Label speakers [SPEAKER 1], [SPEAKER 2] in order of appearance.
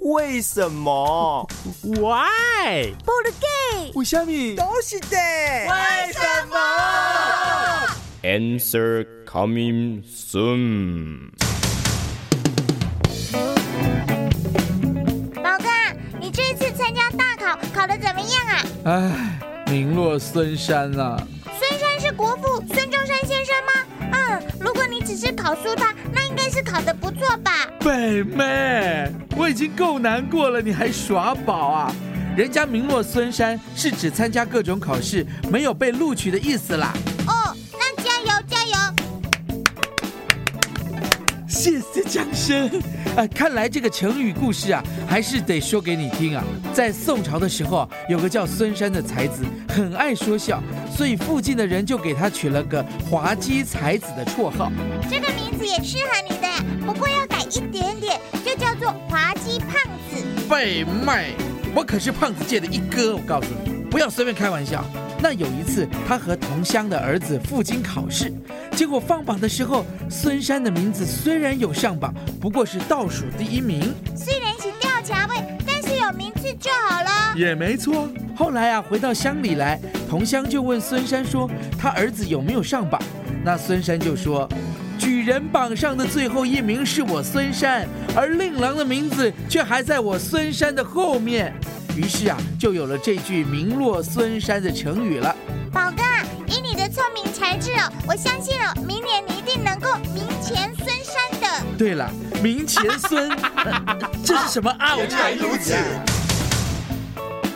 [SPEAKER 1] 为什么？
[SPEAKER 2] Why？
[SPEAKER 3] 不如给
[SPEAKER 1] 为什么
[SPEAKER 4] 都是的。
[SPEAKER 1] 为什么？
[SPEAKER 5] Answer coming soon。
[SPEAKER 3] 老哥啊，你这次参加大考考的怎么样啊？
[SPEAKER 6] 唉，名落孙山啊啦、
[SPEAKER 3] 孙山是国父孙中山先生吗？嗯，如果你只是考苏大，那应该是考的不错吧？
[SPEAKER 6] 北妹，我已经够难过了，你还耍宝啊？人家名落孙山是指参加各种考试没有被录取的意思啦。
[SPEAKER 3] 哦，那加油加油！
[SPEAKER 6] 谢谢掌声。啊，看来这个成语故事啊，还是得说给你听啊。在宋朝的时候啊，有个叫孙山的才子，很爱说笑，所以附近的人就给他取了个“滑稽才子”的绰号。
[SPEAKER 3] 这个名字也适合你的，不过要改一点点，就叫做滑稽胖子。
[SPEAKER 6] 被卖，我可是胖子界的一哥，我告诉你，不要随便开玩笑。那有一次，他和同乡的儿子赴京考试，结果放榜的时候，孙山的名字虽然有上榜，不过是倒数第一名。
[SPEAKER 3] 虽然是吊桥位，但是有名次就好了。
[SPEAKER 6] 也没错。后来啊，回到乡里来，同乡就问孙山说，他儿子有没有上榜？那孙山就说，举人榜上的最后一名是我孙山，而令郎的名字却还在我孙山的后面。于是啊，就有了这句“名落孙山”的成语了。
[SPEAKER 3] 宝哥啊，以你的聪明才智哦，我相信哦，明年你一定能够名前孙山的。
[SPEAKER 6] 对了，名前孙，这是什么啊？我
[SPEAKER 1] 原来如此。